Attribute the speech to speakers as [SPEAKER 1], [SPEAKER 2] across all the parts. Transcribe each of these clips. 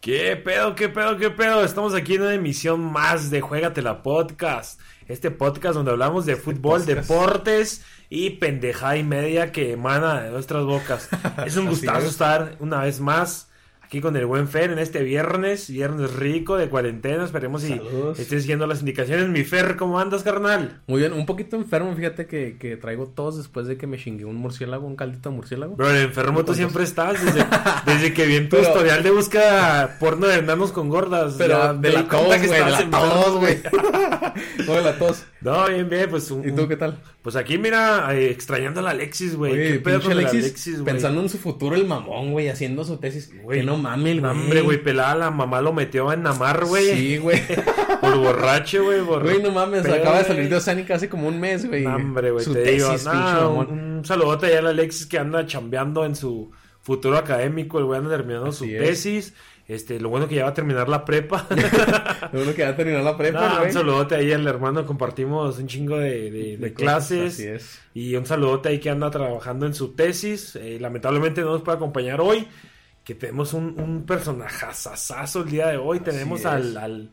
[SPEAKER 1] ¿Qué pedo, qué pedo, qué pedo? Estamos aquí en una emisión más de Juégatela Podcast. Este podcast donde hablamos de fútbol,
[SPEAKER 2] Este podcast.
[SPEAKER 1] deportes y pendejada y media que emana de nuestras bocas. Es un
[SPEAKER 2] Así
[SPEAKER 1] gustazo
[SPEAKER 2] es.
[SPEAKER 1] estar una vez más aquí con el buen Fer en este viernes, viernes rico de cuarentena. Esperemos si
[SPEAKER 2] Saludos.
[SPEAKER 1] estés siguiendo las indicaciones. Mi Fer, ¿cómo andas, carnal?
[SPEAKER 2] Muy bien, un poquito enfermo, fíjate que, que traigo tos después de que me chingué un murciélago, un caldito de murciélago.
[SPEAKER 1] Bro, el enfermo tú
[SPEAKER 2] ¿Cuántos?
[SPEAKER 1] siempre estás. Desde, desde que vi en tu
[SPEAKER 2] Pero-
[SPEAKER 1] historial de busca porno de enanos con gordas. ya
[SPEAKER 2] Pero de
[SPEAKER 1] me
[SPEAKER 2] la
[SPEAKER 1] di cuenta
[SPEAKER 2] tos,
[SPEAKER 1] que
[SPEAKER 2] güey, de
[SPEAKER 1] estabas
[SPEAKER 2] la
[SPEAKER 1] enfermo.
[SPEAKER 2] tos, güey. No, de la tos.
[SPEAKER 1] No, bien, bien, pues un,
[SPEAKER 2] ¿Y tú qué tal?
[SPEAKER 1] Pues aquí, mira, eh, extrañando al Alexis, güey.
[SPEAKER 2] Oye,
[SPEAKER 1] ¿Qué pedo
[SPEAKER 2] pinche
[SPEAKER 1] con el
[SPEAKER 2] Alexis,
[SPEAKER 1] Alexis, güey?
[SPEAKER 2] pensando en su futuro el mamón, güey, haciendo su tesis.
[SPEAKER 1] Güey,
[SPEAKER 2] Que no mames, güey.
[SPEAKER 1] Hombre, güey, pelada, la mamá lo metió a enamar, güey.
[SPEAKER 2] Sí, güey.
[SPEAKER 1] Por borracho, güey. por-
[SPEAKER 2] Güey, no mames,
[SPEAKER 1] Pero,
[SPEAKER 2] acaba de salir
[SPEAKER 1] güey,
[SPEAKER 2] de Oceánica hace como un mes, güey.
[SPEAKER 1] no, hombre, güey,
[SPEAKER 2] Su
[SPEAKER 1] te digo.
[SPEAKER 2] tesis,
[SPEAKER 1] no,
[SPEAKER 2] pinche mamón.
[SPEAKER 1] un, un saludote allá al Alexis que anda chambeando en su futuro académico. El güey anda terminando su
[SPEAKER 2] Así es.
[SPEAKER 1] tesis. Este, lo bueno que ya va a terminar la prepa.
[SPEAKER 2] De uno que va a terminar la prepa,
[SPEAKER 1] No,
[SPEAKER 2] güey.
[SPEAKER 1] un saludote ahí al hermano. Compartimos un chingo de, de- de
[SPEAKER 2] De cosas,
[SPEAKER 1] clases.
[SPEAKER 2] Así es.
[SPEAKER 1] Y un saludote ahí que anda trabajando en su tesis. Eh, lamentablemente no nos puede acompañar hoy. Que tenemos un, un personajazazazo el día de hoy. tenemos
[SPEAKER 2] es.
[SPEAKER 1] al, al,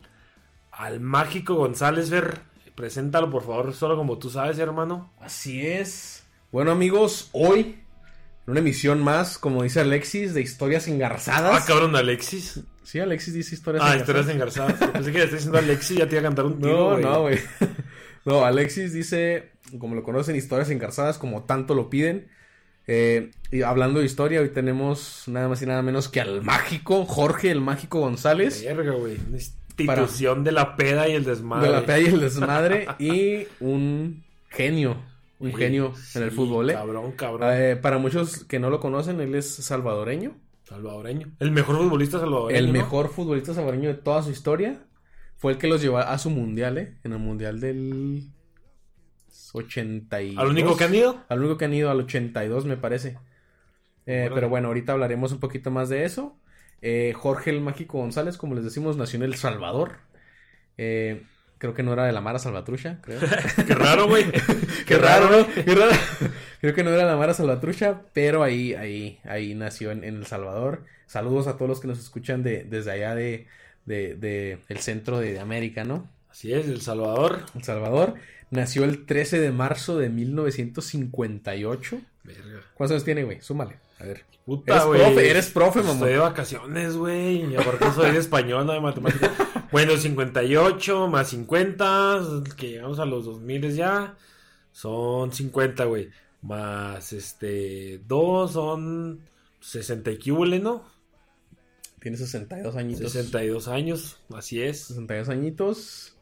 [SPEAKER 1] al mágico González Ver. Preséntalo, por favor, solo como tú sabes, hermano.
[SPEAKER 2] Así es. Bueno, amigos, hoy, en una emisión más, como dice Alexis, de historias
[SPEAKER 1] Ah,
[SPEAKER 2] engarzadas.
[SPEAKER 1] cabrón, Alexis.
[SPEAKER 2] sí, Alexis dice historias
[SPEAKER 1] Ah,
[SPEAKER 2] engarzadas.
[SPEAKER 1] historias engarzadas. Pensé que le estoy diciendo a Alexis ya te iba a cantar un tiro.
[SPEAKER 2] No, no, güey. No, Alexis dice, como lo conocen, historias engarzadas, como tanto lo piden. Eh, y hablando de historia, hoy tenemos nada más y nada menos que al mágico, Jorge el mágico González.
[SPEAKER 1] Verga, güey. Una institución de la peda y el desmadre.
[SPEAKER 2] De la peda y el desmadre. y un genio. Un
[SPEAKER 1] Güey,
[SPEAKER 2] genio en el
[SPEAKER 1] sí,
[SPEAKER 2] fútbol, ¿eh?
[SPEAKER 1] Cabrón, cabrón.
[SPEAKER 2] Eh, para muchos que no lo conocen, él es salvadoreño.
[SPEAKER 1] Salvadoreño. El mejor futbolista salvadoreño.
[SPEAKER 2] El
[SPEAKER 1] ¿no?
[SPEAKER 2] mejor futbolista salvadoreño de toda su historia. Fue el que los llevó a su mundial, ¿eh? En el mundial del 82.
[SPEAKER 1] Al único que han ido.
[SPEAKER 2] Al único que han ido al 82, me parece. Eh,
[SPEAKER 1] Órale.
[SPEAKER 2] pero bueno, ahorita hablaremos un poquito más de eso. Eh, Jorge el Mágico González, como les decimos, nació en El Salvador. Eh, creo que no era de la Mara Salvatrucha, creo.
[SPEAKER 1] Qué raro, güey.
[SPEAKER 2] Qué raro, ¿no? Qué raro. Creo que no era la Mara Salvatrucha, pero ahí, ahí, ahí nació en, en El Salvador. Saludos a todos los que nos escuchan de, desde allá de, de- de el centro de, de América, ¿no?
[SPEAKER 1] Así es, El Salvador.
[SPEAKER 2] El Salvador. Nació el 13 de marzo de 1958.
[SPEAKER 1] Verga.
[SPEAKER 2] ¿Cuántos años tiene, güey? Súmale. A ver.
[SPEAKER 1] Puta,
[SPEAKER 2] Eres
[SPEAKER 1] güey.
[SPEAKER 2] profe, eres profe, mamá.
[SPEAKER 1] Estoy de vacaciones, güey. Y aparte soy de español, no de matemáticas. Bueno, 58 más 50, que llegamos a los 2000 ya. Son 50, güey. Más este, 2 son 60 y qué hubole, ¿no?
[SPEAKER 2] Tiene 62 añitos.
[SPEAKER 1] 62 años, así es.
[SPEAKER 2] 62 añitos.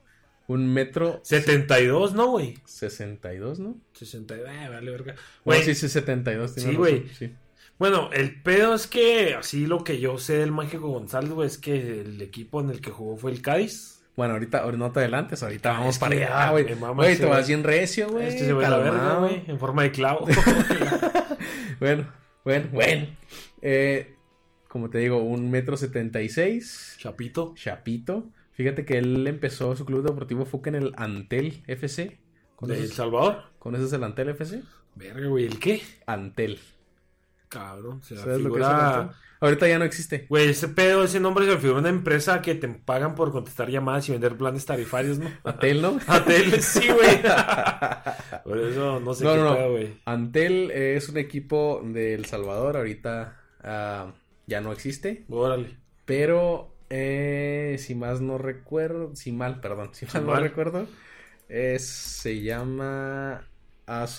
[SPEAKER 2] Un metro.
[SPEAKER 1] 72, ¿no, güey?
[SPEAKER 2] 62, ¿no?
[SPEAKER 1] 62, eh, vale, verga.
[SPEAKER 2] Bueno,
[SPEAKER 1] Güey,
[SPEAKER 2] sí, sí, 72. tiene
[SPEAKER 1] Sí,
[SPEAKER 2] razón,
[SPEAKER 1] güey.
[SPEAKER 2] Sí.
[SPEAKER 1] Bueno, el pedo es que así lo que yo sé del Mágico González, güey, es que el equipo en el que jugó fue el Cádiz.
[SPEAKER 2] Bueno, ahorita, ahorita no te adelantes, ahorita vamos
[SPEAKER 1] Es
[SPEAKER 2] para
[SPEAKER 1] que, ah,
[SPEAKER 2] allá, güey.
[SPEAKER 1] me mama
[SPEAKER 2] Güey,
[SPEAKER 1] ese
[SPEAKER 2] te vas
[SPEAKER 1] güey.
[SPEAKER 2] bien recio, güey.
[SPEAKER 1] este se ve la verga,
[SPEAKER 2] calmado.
[SPEAKER 1] güey, en forma de clavo.
[SPEAKER 2] Bueno, bueno, bueno. Eh, como te digo, un metro setenta y seis,
[SPEAKER 1] Chapito.
[SPEAKER 2] chapito. Fíjate que él empezó su club deportivo Fuca en el Antel FC. ¿Con
[SPEAKER 1] ¿De El
[SPEAKER 2] eso
[SPEAKER 1] Salvador?
[SPEAKER 2] es el Antel FC?
[SPEAKER 1] Verga, güey, ¿el qué?
[SPEAKER 2] Antel.
[SPEAKER 1] Cabrón, se la
[SPEAKER 2] ¿Sabes lo que es el Antel?
[SPEAKER 1] figura...
[SPEAKER 2] Ahorita ya no existe.
[SPEAKER 1] Güey, ese pedo, ese nombre se figura una empresa que te pagan por contestar llamadas y vender planes tarifarios, ¿no?
[SPEAKER 2] Antel, ¿no?
[SPEAKER 1] Atel, sí, güey. Por eso no sé
[SPEAKER 2] No,
[SPEAKER 1] qué
[SPEAKER 2] no, no.
[SPEAKER 1] pedo, güey.
[SPEAKER 2] Antel eh, es un equipo de El Salvador, ahorita ah, ya no existe.
[SPEAKER 1] Órale.
[SPEAKER 2] Pero eh, si más no recuerdo, si mal, perdón, si
[SPEAKER 1] Si
[SPEAKER 2] mal no
[SPEAKER 1] mal.
[SPEAKER 2] recuerdo, es- se llama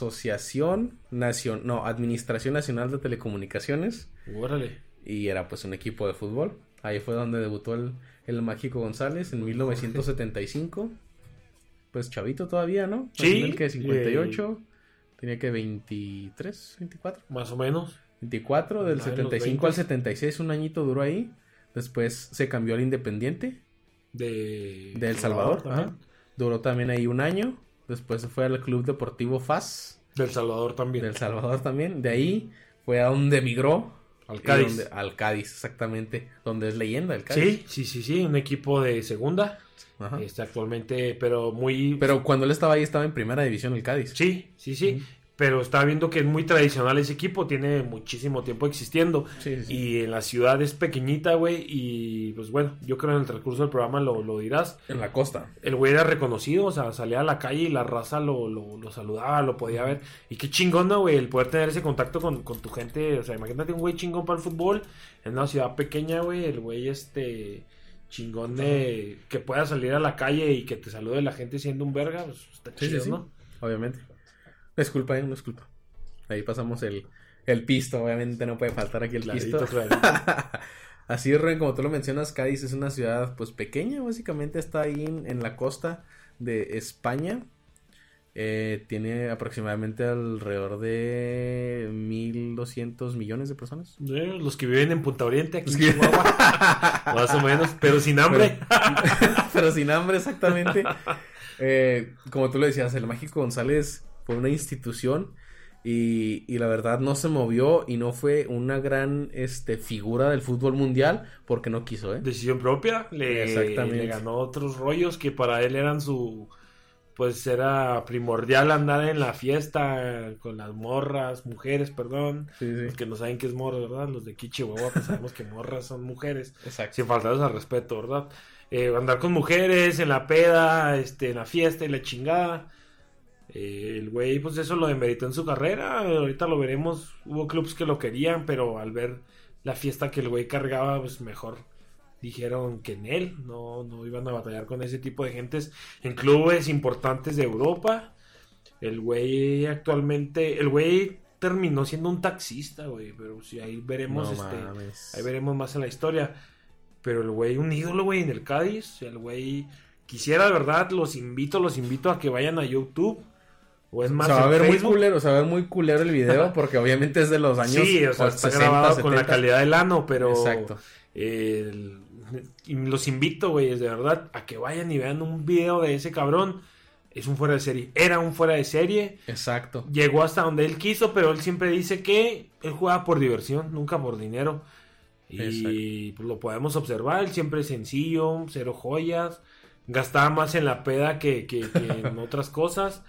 [SPEAKER 2] Asociación Nacional, no, Administración Nacional de Telecomunicaciones
[SPEAKER 1] Órale.
[SPEAKER 2] y era pues un equipo de fútbol. Ahí fue donde debutó el, el Mágico González en 1975. Pues chavito todavía, ¿no?
[SPEAKER 1] Sí, eh,
[SPEAKER 2] Nació en el que 58, tenía que 23, 24.
[SPEAKER 1] Más o menos.
[SPEAKER 2] 24, del
[SPEAKER 1] Ah, de los
[SPEAKER 2] 75 al
[SPEAKER 1] 20.
[SPEAKER 2] 76, un añito duró ahí. Después se cambió al Independiente,
[SPEAKER 1] De...
[SPEAKER 2] De El Salvador,
[SPEAKER 1] también.
[SPEAKER 2] ajá. duró también ahí un año. Después se fue al Club Deportivo FAS.
[SPEAKER 1] Del Salvador también.
[SPEAKER 2] del Salvador también. De ahí fue a donde emigró.
[SPEAKER 1] Al
[SPEAKER 2] y
[SPEAKER 1] Cádiz.
[SPEAKER 2] donde- al Cádiz, exactamente. Donde es leyenda el Cádiz.
[SPEAKER 1] Sí, sí, sí, sí, un equipo de segunda.
[SPEAKER 2] Ajá.
[SPEAKER 1] Este, actualmente, pero muy...
[SPEAKER 2] Pero cuando él estaba ahí, estaba en primera división el Cádiz.
[SPEAKER 1] Sí, sí, sí.
[SPEAKER 2] Ujú.
[SPEAKER 1] Pero está viendo que es muy tradicional ese equipo, tiene muchísimo tiempo existiendo.
[SPEAKER 2] Sí, sí, sí.
[SPEAKER 1] Y en la ciudad es pequeñita, güey. Y pues bueno, yo creo en el transcurso del programa lo, lo dirás.
[SPEAKER 2] En la costa.
[SPEAKER 1] El güey era reconocido, o sea, salía a la calle y la raza lo, lo, lo saludaba, lo podía ver. Y qué chingón, ¿no, güey, el poder tener ese contacto con, con tu gente. O sea, imagínate un güey chingón para el fútbol en una ciudad pequeña, güey. El güey, este chingón de que pueda salir a la calle y que te salude la gente siendo un verga, pues está
[SPEAKER 2] Sí,
[SPEAKER 1] chido,
[SPEAKER 2] sí, sí.
[SPEAKER 1] ¿no?
[SPEAKER 2] Obviamente. No es culpa, ¿eh? No es culpa. Ahí pasamos el, el pisto. Obviamente no puede faltar aquí el
[SPEAKER 1] Clarito,
[SPEAKER 2] pisto.
[SPEAKER 1] clarito.
[SPEAKER 2] Así, Rubén, como tú lo mencionas, Cádiz es una ciudad pues pequeña, básicamente está ahí en, en la costa de España. Eh, tiene aproximadamente alrededor de 1.200 millones de personas.
[SPEAKER 1] Eh, Los que viven en Punta Oriente, aquí
[SPEAKER 2] Los
[SPEAKER 1] en
[SPEAKER 2] que-
[SPEAKER 1] Chihuahua, más o menos, pero sin hambre.
[SPEAKER 2] Pero sin hambre, exactamente. Eh, como tú lo decías, el Mágico González fue una institución y, y la verdad no se movió y no fue una gran este, figura del fútbol mundial porque no quiso, ¿eh?
[SPEAKER 1] Decisión propia, le,
[SPEAKER 2] Exactamente.
[SPEAKER 1] le ganó otros rollos que para él eran su. Pues era primordial andar en la fiesta con las morras, mujeres, perdón.
[SPEAKER 2] Sí, sí.
[SPEAKER 1] Los que no saben qué es morra, ¿verdad? Los de aquí, Chihuahua, pues sabemos que morras son mujeres.
[SPEAKER 2] Exacto.
[SPEAKER 1] Sin faltarles al respeto, ¿verdad? Eh, andar con mujeres en la peda, este, en la fiesta y la chingada. Eh, el güey, pues eso lo demeritó en su carrera. Ahorita lo veremos. Hubo clubes que lo querían, pero al ver la fiesta que el güey cargaba, pues mejor dijeron que en él. No, no iban a batallar con ese tipo de gentes en clubes importantes de Europa. El güey actualmente, el güey terminó siendo un taxista, güey. Pero si ahí veremos,
[SPEAKER 2] No
[SPEAKER 1] este,
[SPEAKER 2] mames.
[SPEAKER 1] Ahí veremos más en la historia. Pero el güey, un ídolo, güey, en el Cádiz. El güey, quisiera, de verdad, los invito, los invito a que vayan a YouTube. O es
[SPEAKER 2] O
[SPEAKER 1] más,
[SPEAKER 2] sea, va a
[SPEAKER 1] en
[SPEAKER 2] ver muy
[SPEAKER 1] Facebook.
[SPEAKER 2] culero, o sea, va a ver muy culero el video porque obviamente es de los años
[SPEAKER 1] Sí, o sea,
[SPEAKER 2] o-
[SPEAKER 1] está
[SPEAKER 2] 60,
[SPEAKER 1] grabado con la
[SPEAKER 2] 70.
[SPEAKER 1] calidad del ano, pero.
[SPEAKER 2] Exacto.
[SPEAKER 1] el- y los invito, güey, de verdad, a que vayan y vean un video de ese cabrón. Es un fuera de serie. Era un fuera de serie.
[SPEAKER 2] Exacto.
[SPEAKER 1] Llegó hasta donde él quiso, pero él siempre dice que él jugaba por diversión, nunca por dinero. Y pues, lo podemos observar, él siempre sencillo, cero joyas, gastaba más en la peda que, que- que en otras cosas.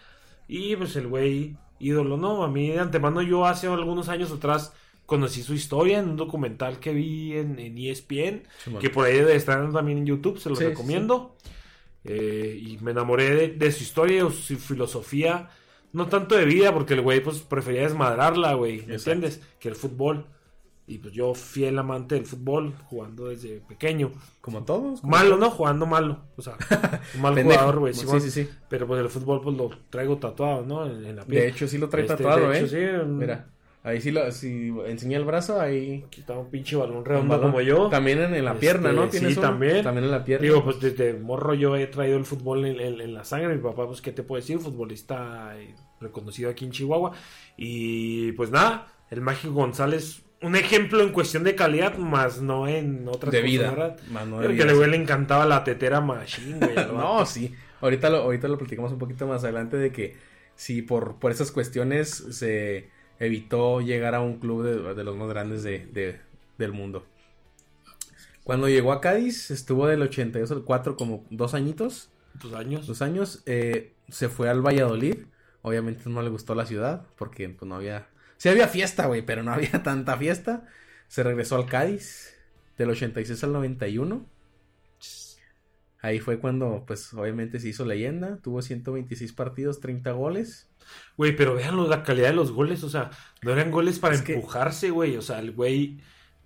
[SPEAKER 1] Y pues el güey ídolo, ¿no? A mí de antemano yo hace algunos años atrás conocí su historia en un documental que vi en, E en ESPN,
[SPEAKER 2] Simón.
[SPEAKER 1] que por ahí debe estar también en YouTube, se los
[SPEAKER 2] Sí, sí,
[SPEAKER 1] recomiendo. Eh, y me enamoré de, de su historia, de su filosofía, no tanto de vida, porque el güey pues prefería desmadrarla, güey, ¿me
[SPEAKER 2] Exacto.
[SPEAKER 1] entiendes? Que el fútbol. Y pues yo fiel amante del fútbol, jugando desde pequeño.
[SPEAKER 2] Como todos. como
[SPEAKER 1] Malo, ¿no? Jugando malo. O sea, un mal
[SPEAKER 2] pendejo.
[SPEAKER 1] jugador, güey.
[SPEAKER 2] Sí,
[SPEAKER 1] Simón.
[SPEAKER 2] sí, sí.
[SPEAKER 1] Pero pues el fútbol pues lo traigo tatuado, ¿no? En, en la piel.
[SPEAKER 2] De hecho, sí lo trae
[SPEAKER 1] Este,
[SPEAKER 2] tatuado,
[SPEAKER 1] de
[SPEAKER 2] ¿eh?
[SPEAKER 1] hecho, sí, un-
[SPEAKER 2] Mira, ahí sí lo, si enseña el brazo, ahí.
[SPEAKER 1] Aquí está un pinche balón redondo
[SPEAKER 2] balón.
[SPEAKER 1] como yo.
[SPEAKER 2] También en, en la
[SPEAKER 1] Este,
[SPEAKER 2] pierna, ¿no?
[SPEAKER 1] sí,
[SPEAKER 2] ¿Tienes uno?
[SPEAKER 1] también.
[SPEAKER 2] También en la pierna.
[SPEAKER 1] Digo, pues desde morro yo he traído el fútbol en, en- en la sangre. Mi papá, pues, ¿qué te puedo decir? Futbolista eh, reconocido aquí en Chihuahua. Y pues nada, el Mágico González, un ejemplo en cuestión de calidad, más no en otras
[SPEAKER 2] de
[SPEAKER 1] cosas,
[SPEAKER 2] vida.
[SPEAKER 1] ¿verdad?
[SPEAKER 2] más no de
[SPEAKER 1] Porque
[SPEAKER 2] vida,
[SPEAKER 1] le,
[SPEAKER 2] sí.
[SPEAKER 1] güey, le encantaba la tetera machine, güey. al vato.
[SPEAKER 2] No, sí. Ahorita lo, ahorita lo platicamos un poquito más adelante de que si por, por esas cuestiones se evitó llegar a un club de, de los más grandes de, de- del mundo. Cuando llegó a Cádiz, estuvo del 82 al 4 como dos añitos,
[SPEAKER 1] Tus años.
[SPEAKER 2] dos años, eh, se fue al Valladolid, obviamente no le gustó la ciudad, porque pues no había, sí había fiesta, güey, pero no había tanta fiesta, se regresó al Cádiz, del 86 al 91, Ahí fue cuando, pues, obviamente se hizo leyenda. Tuvo 126 partidos, 30 goles.
[SPEAKER 1] Güey, pero vean la calidad de los goles, o sea, no eran goles para
[SPEAKER 2] Es que-
[SPEAKER 1] empujarse, güey. O sea, el güey,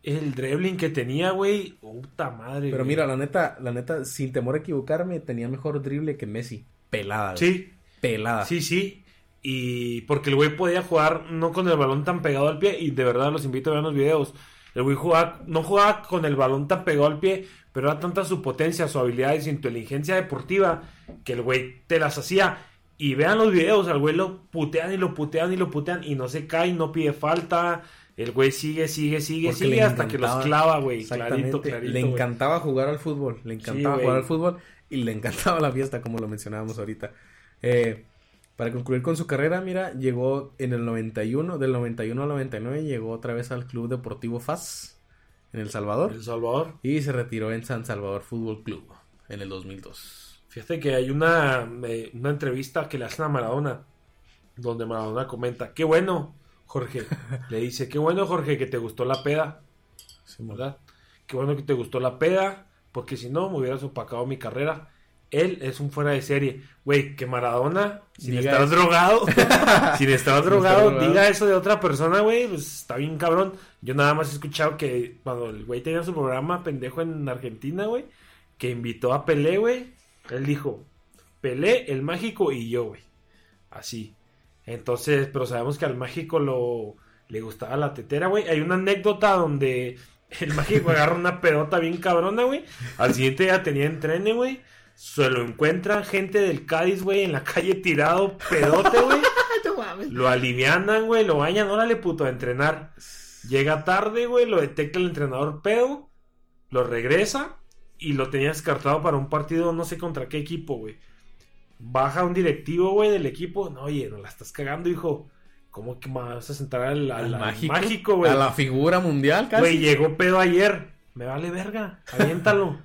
[SPEAKER 1] el dribbling que tenía, güey, puta madre.
[SPEAKER 2] Pero
[SPEAKER 1] güey.
[SPEAKER 2] mira, la neta, la neta, sin temor a equivocarme, tenía mejor drible que Messi. Pelada. güey.
[SPEAKER 1] Sí,
[SPEAKER 2] Pelada.
[SPEAKER 1] Sí, sí. Y porque el güey podía jugar no con el balón tan pegado al pie. Y de verdad los invito a ver los videos. El güey jugaba, no jugaba con el balón tan pegado al pie. Pero era tanta su potencia, su habilidad y su inteligencia deportiva. Que el güey te las hacía. Y vean los videos. Al güey lo putean y lo putean y lo putean. Y no se cae, no pide falta. El güey sigue, sigue, sigue,
[SPEAKER 2] Porque le
[SPEAKER 1] sigue. Hasta que los
[SPEAKER 2] encantaba-
[SPEAKER 1] clava, güey.
[SPEAKER 2] Exactamente.
[SPEAKER 1] Clarito, clarito.
[SPEAKER 2] Le
[SPEAKER 1] güey.
[SPEAKER 2] encantaba jugar al fútbol. Le encantaba
[SPEAKER 1] güey.
[SPEAKER 2] jugar al fútbol. Y le encantaba la fiesta, como lo mencionábamos ahorita. Eh, Para concluir con su carrera, mira, llegó en el 91, del 91 al 99, llegó otra vez al Club Deportivo FAS en El Salvador
[SPEAKER 1] El Salvador.
[SPEAKER 2] y se retiró en San Salvador Fútbol Club en el 2002.
[SPEAKER 1] Fíjate que hay una, eh, una entrevista que le hacen a Maradona, donde Maradona comenta, qué bueno, Jorge. le dice, qué bueno, Jorge, que te gustó la peda, ¿verdad? Qué bueno que te gustó la peda, porque si no, me hubieras opacado mi carrera. Él es un fuera de serie. Güey, que Maradona, sin
[SPEAKER 2] Diga
[SPEAKER 1] estar
[SPEAKER 2] eso.
[SPEAKER 1] drogado, sin estar drogado,
[SPEAKER 2] drogado.
[SPEAKER 1] diga eso de otra persona, güey, pues está bien cabrón. Yo nada más he escuchado que cuando el güey tenía su programa pendejo en Argentina, güey, que invitó a Pelé, güey, él dijo, Pelé, el mágico y yo, güey. Así. Entonces, pero sabemos que al mágico lo le gustaba la tetera, güey. Hay una anécdota donde el mágico agarra una pelota bien cabrona, güey. Al siguiente día tenía entrene, güey. Se lo encuentran gente del Cádiz, güey, en la calle tirado, pedote, güey. Lo alivianan, güey, lo bañan, órale, puto, a entrenar. Llega tarde, güey, lo detecta el entrenador pedo, lo regresa y lo tenía descartado para un partido, no sé contra qué equipo, güey. Baja un directivo, güey, del equipo. No, oye, no la estás cagando, hijo. ¿Cómo que me vas a sentar al, al- al mágico, güey?
[SPEAKER 2] a la figura mundial casi.
[SPEAKER 1] Güey, llegó pedo ayer. Me vale verga. Aviéntalo.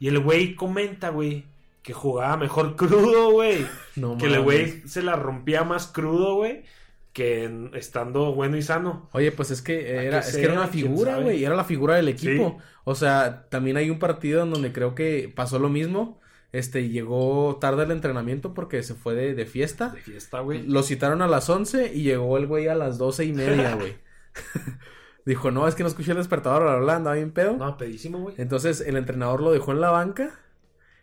[SPEAKER 1] y el güey comenta, güey, que jugaba mejor crudo, güey.
[SPEAKER 2] No
[SPEAKER 1] que el
[SPEAKER 2] mames.
[SPEAKER 1] güey se la rompía más crudo, güey, que en- estando bueno y sano.
[SPEAKER 2] Oye, pues es que era,
[SPEAKER 1] que
[SPEAKER 2] es que era
[SPEAKER 1] sea,
[SPEAKER 2] una
[SPEAKER 1] quién
[SPEAKER 2] figura,
[SPEAKER 1] sabe.
[SPEAKER 2] güey, era la figura del equipo.
[SPEAKER 1] Sí.
[SPEAKER 2] O sea, también hay un partido en donde creo que pasó lo mismo. Este, llegó tarde al entrenamiento porque se fue de, de fiesta.
[SPEAKER 1] De fiesta, güey.
[SPEAKER 2] Lo citaron a las 11 y llegó el güey a las doce y media, güey. Dijo, no, es que no escuché el despertador, bla, bla, bla, andaba bien pedo.
[SPEAKER 1] No, pedísimo, güey.
[SPEAKER 2] Entonces, el entrenador lo dejó en la banca.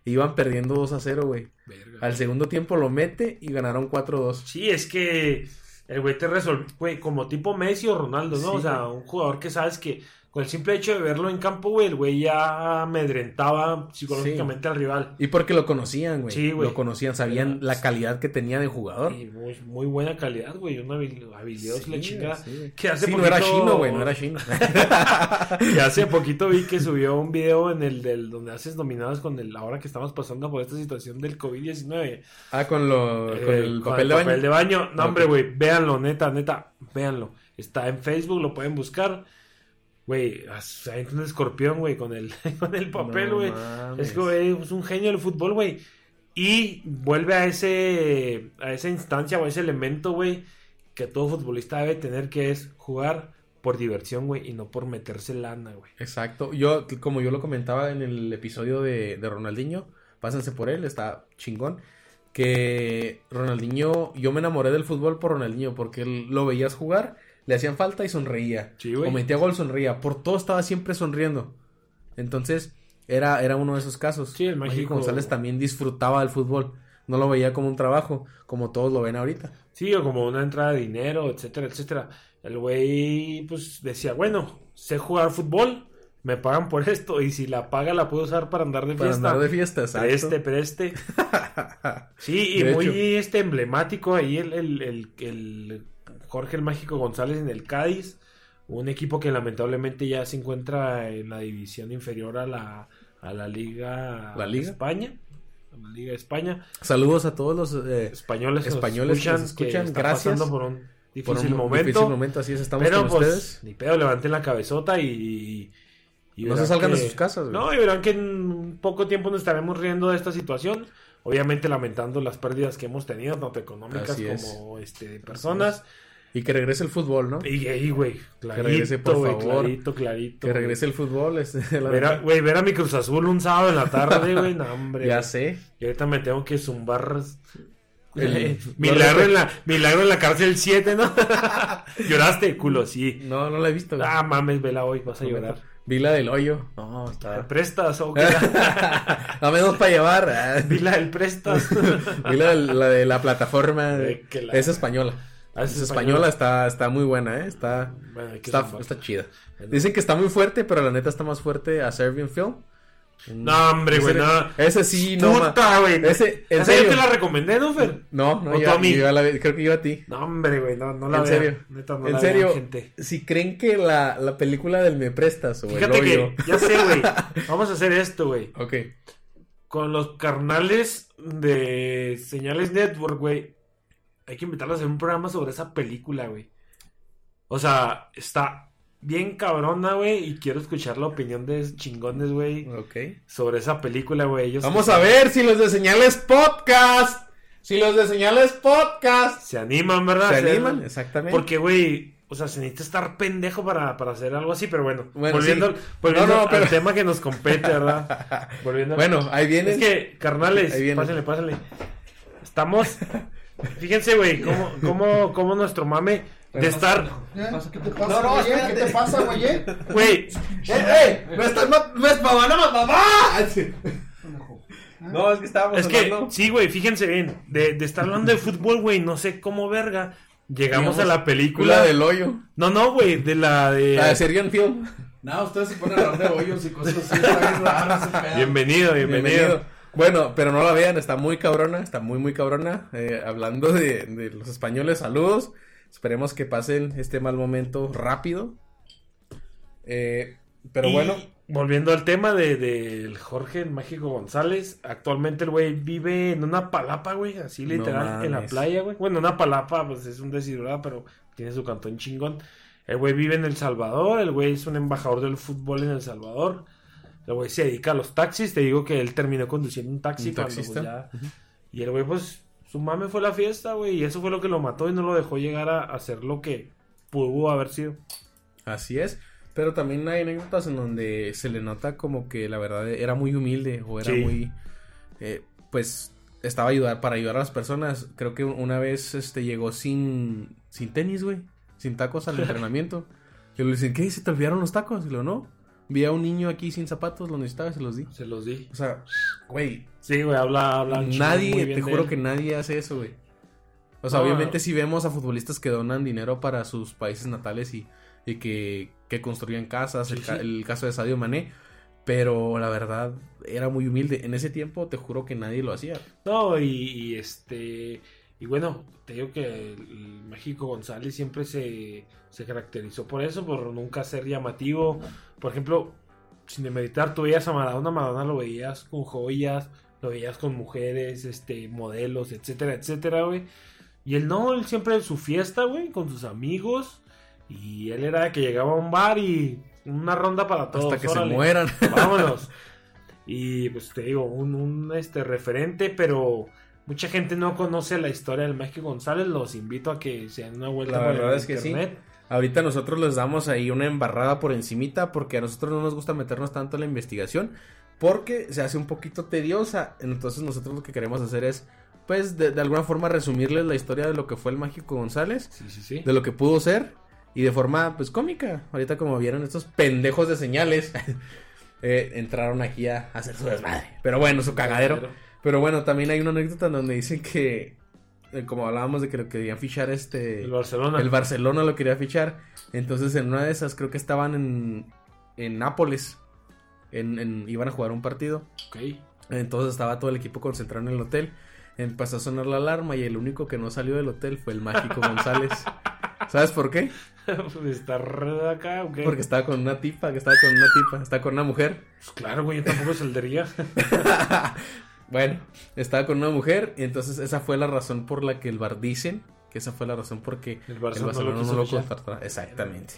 [SPEAKER 2] e Iban perdiendo 2 a 0, güey.
[SPEAKER 1] Verga.
[SPEAKER 2] Al segundo tiempo lo mete y ganaron 4-2.
[SPEAKER 1] Sí, es que el güey te resolvió, güey, como tipo Messi o Ronaldo, ¿no?
[SPEAKER 2] Sí,
[SPEAKER 1] o sea, un jugador que sabes que con el simple hecho de verlo en campo, güey, el güey ya amedrentaba psicológicamente al rival.
[SPEAKER 2] Y porque lo conocían, güey.
[SPEAKER 1] Sí, güey.
[SPEAKER 2] Lo conocían, sabían
[SPEAKER 1] Era-
[SPEAKER 2] la calidad que tenía de jugador.
[SPEAKER 1] Y muy, muy buena calidad, güey, una habil- habilidad
[SPEAKER 2] Sí,
[SPEAKER 1] la chingada.
[SPEAKER 2] sí, güey.
[SPEAKER 1] Que hace
[SPEAKER 2] Sí, no era
[SPEAKER 1] poquito-
[SPEAKER 2] chino, güey, no era chino.
[SPEAKER 1] Y hace poquito vi que subió un video en el del donde haces dominadas con el ahora que estamos pasando por esta situación del COVID-19.
[SPEAKER 2] ah, con, lo, con
[SPEAKER 1] Eh,
[SPEAKER 2] el
[SPEAKER 1] con
[SPEAKER 2] papel de baño.
[SPEAKER 1] papel de baño. No,
[SPEAKER 2] Ok.
[SPEAKER 1] hombre, güey, véanlo, neta, neta, véanlo. Está en Facebook, lo pueden buscar. Güey, as- hay un escorpión, güey, con el, con el papel,
[SPEAKER 2] No
[SPEAKER 1] güey.
[SPEAKER 2] mames.
[SPEAKER 1] es que, güey, es un genio del fútbol, güey. Y vuelve a ese a esa instancia o a ese elemento, güey, que todo futbolista debe tener, que es jugar por diversión, güey, y no por meterse lana, güey.
[SPEAKER 2] Exacto. Yo, como yo lo comentaba en el episodio de, de Ronaldinho, pásense por él, está chingón. Que Ronaldinho, yo me enamoré del fútbol por Ronaldinho, porque él- lo veías jugar, le hacían falta y sonreía.
[SPEAKER 1] Sí, güey.
[SPEAKER 2] O metía gol, sonreía. Por todo estaba siempre sonriendo. Entonces, era, era uno de esos casos.
[SPEAKER 1] Sí, el México-
[SPEAKER 2] González también disfrutaba del fútbol. No lo veía como un trabajo, como todos lo ven ahorita.
[SPEAKER 1] Sí, o como una entrada de dinero, etcétera, etcétera. El güey, pues decía, bueno, sé jugar fútbol, me pagan por esto, y si la paga la puedo usar para andar de
[SPEAKER 2] Para
[SPEAKER 1] fiesta.
[SPEAKER 2] andar de fiesta, exacto.
[SPEAKER 1] Preste, preste. este, Sí, y
[SPEAKER 2] De
[SPEAKER 1] muy este emblemático ahí el, el- el- el Jorge el Mágico González en el Cádiz, un equipo que lamentablemente ya se encuentra en la división inferior a la, a la Liga,
[SPEAKER 2] ¿La Liga?
[SPEAKER 1] España. a La Liga de España,
[SPEAKER 2] Saludos a todos los... eh,
[SPEAKER 1] españoles, que nos
[SPEAKER 2] Españoles que
[SPEAKER 1] escuchan,
[SPEAKER 2] nos
[SPEAKER 1] que
[SPEAKER 2] escuchan,
[SPEAKER 1] están
[SPEAKER 2] gracias
[SPEAKER 1] pasando por un
[SPEAKER 2] por
[SPEAKER 1] difícil
[SPEAKER 2] un
[SPEAKER 1] momento.
[SPEAKER 2] difícil momento, así es, estamos
[SPEAKER 1] Pero
[SPEAKER 2] con
[SPEAKER 1] pues,
[SPEAKER 2] ustedes.
[SPEAKER 1] ni pedo, levanten la cabezota y. y
[SPEAKER 2] No se
[SPEAKER 1] verán
[SPEAKER 2] salgan de
[SPEAKER 1] que-
[SPEAKER 2] sus casas, güey.
[SPEAKER 1] No, y verán que en poco tiempo nos estaremos riendo de esta situación. Obviamente lamentando las pérdidas que hemos tenido, tanto económicas
[SPEAKER 2] Así es.
[SPEAKER 1] como este, de personas.
[SPEAKER 2] Y que regrese el fútbol, ¿no?
[SPEAKER 1] Y ahí, güey, clarito,
[SPEAKER 2] regrese, por
[SPEAKER 1] güey,
[SPEAKER 2] favor.
[SPEAKER 1] clarito, clarito.
[SPEAKER 2] Que regrese el fútbol. es- la
[SPEAKER 1] Ver a,
[SPEAKER 2] verdad.
[SPEAKER 1] güey, ver a mi Cruz Azul un sábado en la tarde, güey, no, hombre.
[SPEAKER 2] ya
[SPEAKER 1] güey.
[SPEAKER 2] sé.
[SPEAKER 1] Y ahorita me tengo que zumbar.
[SPEAKER 2] El-
[SPEAKER 1] milagro, en la, milagro en la cárcel 7, ¿no? Lloraste, culo, sí.
[SPEAKER 2] No, no la he visto. güey.
[SPEAKER 1] Ah, mames, vela hoy, vas a llorar.
[SPEAKER 2] Vi la del hoyo. No,
[SPEAKER 1] ¿Me
[SPEAKER 2] está.
[SPEAKER 1] prestas o qué?
[SPEAKER 2] Dame dos para llevar. ah.
[SPEAKER 1] Vi la del prestas.
[SPEAKER 2] Vi la, del- la de la plataforma.
[SPEAKER 1] Eh, que la-
[SPEAKER 2] Es española.
[SPEAKER 1] Ah,
[SPEAKER 2] Es española, está, está muy buena, ¿eh? Está,
[SPEAKER 1] Bueno, hay que
[SPEAKER 2] está,
[SPEAKER 1] zumbar.
[SPEAKER 2] está chida. Dicen que está muy fuerte, pero la neta está más fuerte a Serbian Film. Mm.
[SPEAKER 1] No, hombre, güey,
[SPEAKER 2] Ese-
[SPEAKER 1] no.
[SPEAKER 2] Ese sí, no. ma-
[SPEAKER 1] Puta, güey.
[SPEAKER 2] Ese, en
[SPEAKER 1] Esa yo
[SPEAKER 2] serio.
[SPEAKER 1] te la recomendé, ¿no, Fer?
[SPEAKER 2] No, no,
[SPEAKER 1] ¿O
[SPEAKER 2] yo,
[SPEAKER 1] tú a mí?
[SPEAKER 2] yo a la vi- creo que yo a ti.
[SPEAKER 1] No, hombre, güey, no, no la
[SPEAKER 2] en
[SPEAKER 1] vean.
[SPEAKER 2] serio.
[SPEAKER 1] Neta, no
[SPEAKER 2] en
[SPEAKER 1] la
[SPEAKER 2] serio.
[SPEAKER 1] vean, gente.
[SPEAKER 2] Si creen que la, la película del Me Prestas o
[SPEAKER 1] Fíjate
[SPEAKER 2] el hoyo.
[SPEAKER 1] que, ya sé, güey. Vamos a hacer esto, güey.
[SPEAKER 2] Ok.
[SPEAKER 1] Con los carnales de Señales Network, güey. hay que invitarlos a hacer un programa sobre esa película, güey. O sea, está bien cabrona, güey, y quiero escuchar la opinión de chingones, güey,
[SPEAKER 2] Ok.
[SPEAKER 1] sobre esa película, güey. Ellos
[SPEAKER 2] Vamos a ver si los de señales podcast. Si los de señales podcast.
[SPEAKER 1] se animan, ¿verdad?
[SPEAKER 2] Se
[SPEAKER 1] A hacerlo.
[SPEAKER 2] animan, exactamente.
[SPEAKER 1] Porque, güey, o sea, se necesita estar pendejo para, para hacer algo así, pero bueno,
[SPEAKER 2] Bueno,
[SPEAKER 1] volviendo,
[SPEAKER 2] sí.
[SPEAKER 1] al- volviendo
[SPEAKER 2] No, no, pero-
[SPEAKER 1] al tema que nos compete, ¿verdad? volviendo al-
[SPEAKER 2] Bueno, ahí viene.
[SPEAKER 1] Es que, carnales,
[SPEAKER 2] Ahí viene.
[SPEAKER 1] pásenle, pásenle. Estamos. Fíjense, güey, cómo, cómo, cómo nuestro mame de estar.
[SPEAKER 3] ¿Eh? ¿Qué te pasa,
[SPEAKER 4] No, no,
[SPEAKER 3] güey? ¿Qué
[SPEAKER 4] espérate.
[SPEAKER 3] te pasa, güey? eh?
[SPEAKER 1] Güey,
[SPEAKER 4] ¡Eh, eh! ¡Me estás ma- me mamando, mamá!
[SPEAKER 2] No, es que estábamos
[SPEAKER 1] es que,
[SPEAKER 2] hablando-
[SPEAKER 1] sí, güey, fíjense bien. De, de estar hablando de fútbol, güey, no sé cómo verga. Llegamos
[SPEAKER 2] Llegamos
[SPEAKER 1] a la
[SPEAKER 2] Cula
[SPEAKER 1] película.
[SPEAKER 2] del Ah, hoyo.
[SPEAKER 1] No, no, güey, de la de.
[SPEAKER 2] La de Sergio Anfield.
[SPEAKER 4] No, ustedes se ponen a hablar de hoyos y cosas así. está bien raro ese pedo.
[SPEAKER 1] Bienvenido, bienvenido.
[SPEAKER 2] Bienvenido. Bueno, pero no la vean, está muy cabrona, está muy, muy cabrona. Eh, hablando de, de los españoles, saludos. Esperemos que pasen este mal momento rápido. Eh, pero
[SPEAKER 1] Y
[SPEAKER 2] bueno,
[SPEAKER 1] Volviendo al tema de, del Jorge el Mágico González, actualmente el güey vive en una palapa, güey, así
[SPEAKER 2] No
[SPEAKER 1] literal, en la
[SPEAKER 2] mames.
[SPEAKER 1] playa, güey. Bueno, una palapa, pues es un desiderado, pero tiene su cantón chingón. El güey vive en El Salvador, el güey es un embajador del fútbol en El Salvador. El güey se dedica a los taxis, te digo que él terminó conduciendo un taxi
[SPEAKER 2] Un
[SPEAKER 1] cuando, pues,
[SPEAKER 2] taxista.
[SPEAKER 1] ya- Y el güey, pues, su mame fue la fiesta, güey, y eso fue lo que lo mató y no lo dejó llegar a hacer lo que pudo haber sido.
[SPEAKER 2] así es. Pero también hay anécdotas en donde se le nota como que la verdad era muy humilde o era
[SPEAKER 1] Sí.
[SPEAKER 2] muy... eh, pues estaba ayudar, para ayudar a las personas. Creo que una vez este, llegó sin, sin tenis, güey. Sin tacos al entrenamiento. Yo le dije, ¿qué? ¿Se te olvidaron los tacos? Y lo no. Vi a un niño aquí sin zapatos, los necesitaba y se los di.
[SPEAKER 1] Se los di.
[SPEAKER 2] O sea, güey,
[SPEAKER 1] Sí, güey, habla, habla. un chingo muy
[SPEAKER 2] nadie,
[SPEAKER 1] bien
[SPEAKER 2] te
[SPEAKER 1] de
[SPEAKER 2] juro
[SPEAKER 1] él.
[SPEAKER 2] que nadie hace eso, güey. O sea,
[SPEAKER 1] No.
[SPEAKER 2] obviamente si vemos a futbolistas que donan dinero para sus países natales y, y que, que construyen casas,
[SPEAKER 1] Sí,
[SPEAKER 2] el, ca-
[SPEAKER 1] sí.
[SPEAKER 2] el caso de Sadio Mané, pero la verdad era muy humilde. En ese tiempo te juro que nadie lo hacía.
[SPEAKER 1] No, y, y este. Y bueno, te digo que el México González siempre se, se caracterizó por eso, por nunca ser llamativo. Por ejemplo, sin demeritar, tú veías a Maradona, Maradona lo veías con joyas, lo veías con mujeres, este, modelos, etcétera, etcétera, güey. Y él no, él siempre en su fiesta, güey, con sus amigos. Y él era que llegaba a un bar y una ronda para todos.
[SPEAKER 2] hasta que
[SPEAKER 1] órale.
[SPEAKER 2] se mueran.
[SPEAKER 1] Vámonos. Y pues te digo, un, un, este referente, pero mucha gente no conoce la historia del México González. Los invito a que se den una vuelta
[SPEAKER 2] La
[SPEAKER 1] por
[SPEAKER 2] verdad es que sí.
[SPEAKER 1] internet.
[SPEAKER 2] Ahorita nosotros les damos ahí una embarrada por encimita porque a nosotros no nos gusta meternos tanto en la investigación porque se hace un poquito tediosa. Entonces nosotros lo que queremos hacer es, pues, de, de alguna forma resumirles la historia de lo que fue el Mágico González,
[SPEAKER 1] Sí, sí, sí.
[SPEAKER 2] de lo que pudo ser y de forma, pues, cómica. Ahorita como vieron estos pendejos de señales, eh, entraron aquí a hacer su desmadre. Pero bueno, su cagadero. Pero bueno, también hay una anécdota donde dicen que, eh, como hablábamos de que lo querían fichar este...
[SPEAKER 1] El Barcelona.
[SPEAKER 2] El Barcelona lo quería fichar. Entonces, en una de esas, creo que estaban en, en Nápoles. En, en- iban a jugar un partido.
[SPEAKER 1] Ok.
[SPEAKER 2] Entonces estaba todo el equipo concentrado en el hotel. Empezó a sonar la alarma y el único que no salió del hotel fue el mágico González. ¿Sabes por qué?
[SPEAKER 1] Pues, está re acá, ok.
[SPEAKER 2] Porque estaba con una tipa, que estaba con una tipa, estaba con una mujer.
[SPEAKER 1] Pues, claro, güey, yo tampoco saldría.
[SPEAKER 2] Bueno, estaba con una mujer y entonces esa fue la razón por la que el bar dicen que esa fue la razón porque
[SPEAKER 1] El
[SPEAKER 2] el
[SPEAKER 1] Barcelona,
[SPEAKER 2] Barcelona
[SPEAKER 1] no
[SPEAKER 2] no lo
[SPEAKER 1] quiso fichar.
[SPEAKER 2] contrató. Exactamente.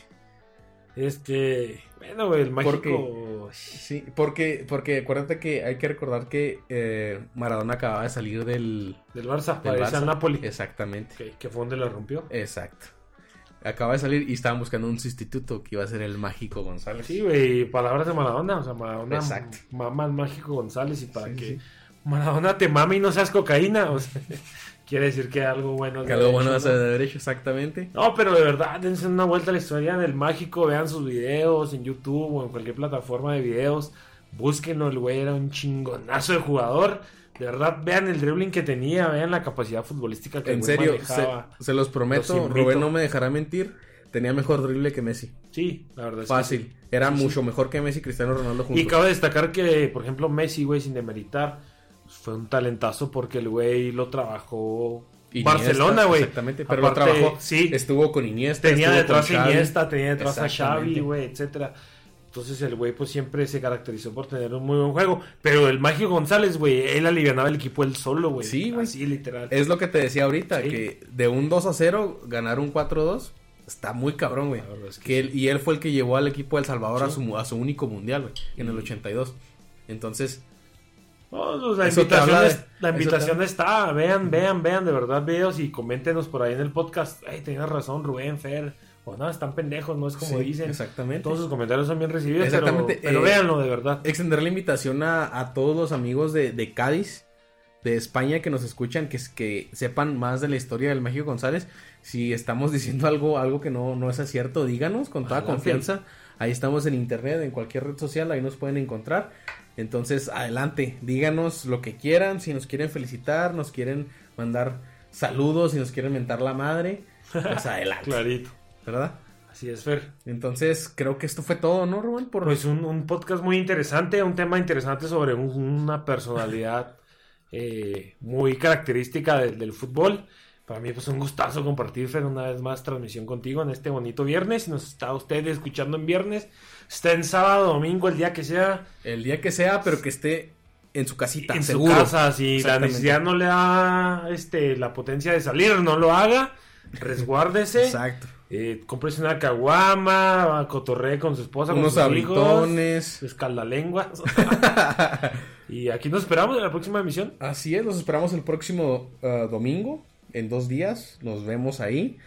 [SPEAKER 1] Este, bueno, güey, el México.
[SPEAKER 2] Porque- Sí, porque, porque acuérdate que hay que recordar que eh, Maradona acababa de salir del,
[SPEAKER 1] Del Barça,
[SPEAKER 2] del
[SPEAKER 1] para irse
[SPEAKER 2] Barça.
[SPEAKER 1] al Napoli.
[SPEAKER 2] Exactamente.
[SPEAKER 1] Ok, que fue donde la rompió.
[SPEAKER 2] Exacto. Acaba de salir y estaban buscando un sustituto que iba a ser el mágico González.
[SPEAKER 1] Sí, güey, palabras de Maradona. O sea, Maradona
[SPEAKER 2] Exacto.
[SPEAKER 1] mama al mágico González y para
[SPEAKER 2] Sí,
[SPEAKER 1] que
[SPEAKER 2] sí.
[SPEAKER 1] Maradona te mame y no seas cocaína. O sea, quiere decir que algo bueno.
[SPEAKER 2] Que
[SPEAKER 1] debe
[SPEAKER 2] algo bueno
[SPEAKER 1] haber
[SPEAKER 2] va
[SPEAKER 1] hecho,
[SPEAKER 2] a ser
[SPEAKER 1] ¿no?
[SPEAKER 2] de derecho, exactamente.
[SPEAKER 1] No, pero de verdad, dense una vuelta a la historia del mágico. Vean sus videos en YouTube o en cualquier plataforma de videos. Búsquenlo, el güey era un chingonazo de jugador. De verdad, vean el dribbling que tenía, vean la capacidad futbolística que el
[SPEAKER 2] En
[SPEAKER 1] güey
[SPEAKER 2] serio, se,
[SPEAKER 1] manejaba.
[SPEAKER 2] se los prometo,
[SPEAKER 1] Los invito.
[SPEAKER 2] Rubén no me dejará mentir. Tenía mejor drible que Messi.
[SPEAKER 1] Pues Sí, la verdad es que
[SPEAKER 2] Fácil. Era mucho mejor que Messi y Cristiano Ronaldo juntos.
[SPEAKER 1] Y cabe destacar que, por ejemplo, Messi, güey, sin demeritar, fue un talentazo porque el güey lo trabajó
[SPEAKER 2] Iniesta,
[SPEAKER 1] Barcelona, güey.
[SPEAKER 2] Exactamente, pero
[SPEAKER 1] Aparte,
[SPEAKER 2] lo trabajó.
[SPEAKER 1] Sí,
[SPEAKER 2] Estuvo con Iniesta.
[SPEAKER 1] tenía
[SPEAKER 2] estuvo con
[SPEAKER 1] detrás a
[SPEAKER 2] Xavi.
[SPEAKER 1] Iniesta, tenía detrás a Xavi,
[SPEAKER 2] Exactamente.
[SPEAKER 1] güey, etcétera. Entonces el güey pues siempre se caracterizó por tener un muy buen juego. Pero el Magio González, güey, él alivianaba el equipo él solo, güey.
[SPEAKER 2] Sí, güey.
[SPEAKER 1] Sí, literal.
[SPEAKER 2] Es lo que te decía ahorita,
[SPEAKER 1] Sí.
[SPEAKER 2] que de un 2 a 0, ganar un 4-2, está muy cabrón, güey.
[SPEAKER 1] La verdad es que
[SPEAKER 2] Que él- y él fue el que llevó al equipo de El Salvador a,
[SPEAKER 1] Sí.
[SPEAKER 2] su, a su único mundial, güey, en el
[SPEAKER 1] Y-
[SPEAKER 2] 82. Entonces,
[SPEAKER 1] No, pues, la
[SPEAKER 2] Eso te
[SPEAKER 1] invitación,
[SPEAKER 2] habla
[SPEAKER 1] es-
[SPEAKER 2] de-
[SPEAKER 1] la
[SPEAKER 2] eso
[SPEAKER 1] invitación
[SPEAKER 2] te-
[SPEAKER 1] está. Vean, vean, vean de verdad videos y coméntenos por ahí en el podcast. Ay, tenías razón, Rubén, Fer. O no, están pendejos, no es como
[SPEAKER 2] sí,
[SPEAKER 1] dicen.
[SPEAKER 2] Exactamente.
[SPEAKER 1] Todos sus comentarios son bien recibidos, pero,
[SPEAKER 2] Exactamente,
[SPEAKER 1] pero
[SPEAKER 2] eh,
[SPEAKER 1] véanlo de verdad.
[SPEAKER 2] extender la invitación a, a todos los amigos de, de Cádiz, de España, que nos escuchan, que, es- que sepan más de la historia del México González. Si estamos diciendo algo, algo que no, no es acierto, díganos con toda
[SPEAKER 1] Adelante.
[SPEAKER 2] confianza. Ahí estamos en internet, en cualquier red social, ahí nos pueden encontrar. Entonces, adelante, díganos lo que quieran, si nos quieren felicitar, nos quieren mandar saludos, si nos quieren mentar la madre, pues adelante,
[SPEAKER 1] Clarito.
[SPEAKER 2] ¿verdad?
[SPEAKER 1] Así es, Fer.
[SPEAKER 2] Entonces, creo que esto fue todo, ¿no, Rubén? Por
[SPEAKER 1] Pues un, un podcast muy interesante, un tema interesante sobre un- una personalidad eh, muy característica del- del fútbol. Para mí pues un gustazo compartir Fer, una vez más transmisión contigo en este bonito viernes. Si nos está usted escuchando en viernes, está en sábado, domingo, el día que sea,
[SPEAKER 2] El día que sea, pero que esté en su casita,
[SPEAKER 1] en
[SPEAKER 2] seguro.
[SPEAKER 1] su casa. Si la
[SPEAKER 2] Exactamente.
[SPEAKER 1] necesidad no le da este, la potencia de salir, no lo haga. Resguárdese.
[SPEAKER 2] Exacto.
[SPEAKER 1] Eh, cómprese una caguama, cotorree con su esposa, con
[SPEAKER 2] Unos
[SPEAKER 1] sus hijos.
[SPEAKER 2] abritones.
[SPEAKER 1] Escaldalenguas. y aquí nos esperamos en la próxima emisión.
[SPEAKER 2] Así es, los esperamos el próximo ah, domingo, en dos días. Nos vemos ahí.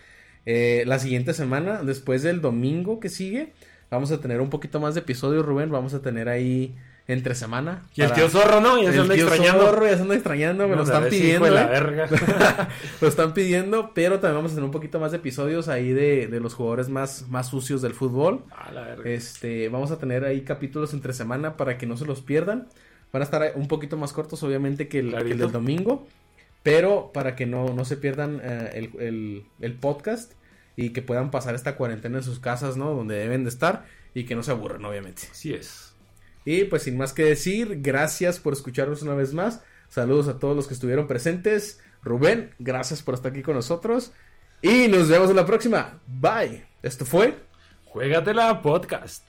[SPEAKER 2] Eh, la siguiente semana, después del domingo que sigue, vamos a tener un poquito más de episodios, Rubén. Vamos a tener ahí entre semana.
[SPEAKER 1] Y el
[SPEAKER 2] para-
[SPEAKER 1] tío Zorro, ¿no? Ya se
[SPEAKER 2] el
[SPEAKER 1] anda
[SPEAKER 2] tío
[SPEAKER 1] extrañando.
[SPEAKER 2] Zorro, ya se anda extrañando, me lo
[SPEAKER 1] Vamos a
[SPEAKER 2] están
[SPEAKER 1] ver si hijo
[SPEAKER 2] pidiendo.
[SPEAKER 1] de la
[SPEAKER 2] ¿eh?
[SPEAKER 1] verga.
[SPEAKER 2] Lo están pidiendo, pero también vamos a tener un poquito más de episodios ahí de, de los jugadores más, más sucios del fútbol.
[SPEAKER 1] A la verga.
[SPEAKER 2] Este, vamos a tener ahí capítulos entre semana para que no se los pierdan. Van a estar un poquito más cortos, obviamente, que el, que el
[SPEAKER 1] Clarito.
[SPEAKER 2] del domingo. Pero para que no, no se pierdan eh, el, el- el podcast y que puedan pasar esta cuarentena en sus casas, ¿no? Donde deben de estar y que no se aburran, obviamente.
[SPEAKER 1] Así es.
[SPEAKER 2] Y pues sin más que decir, gracias por escucharnos una vez más. Saludos a todos los que estuvieron presentes. Rubén, gracias por estar aquí con nosotros. Y nos vemos en la próxima. Bye. Esto fue
[SPEAKER 1] Juégatela podcast.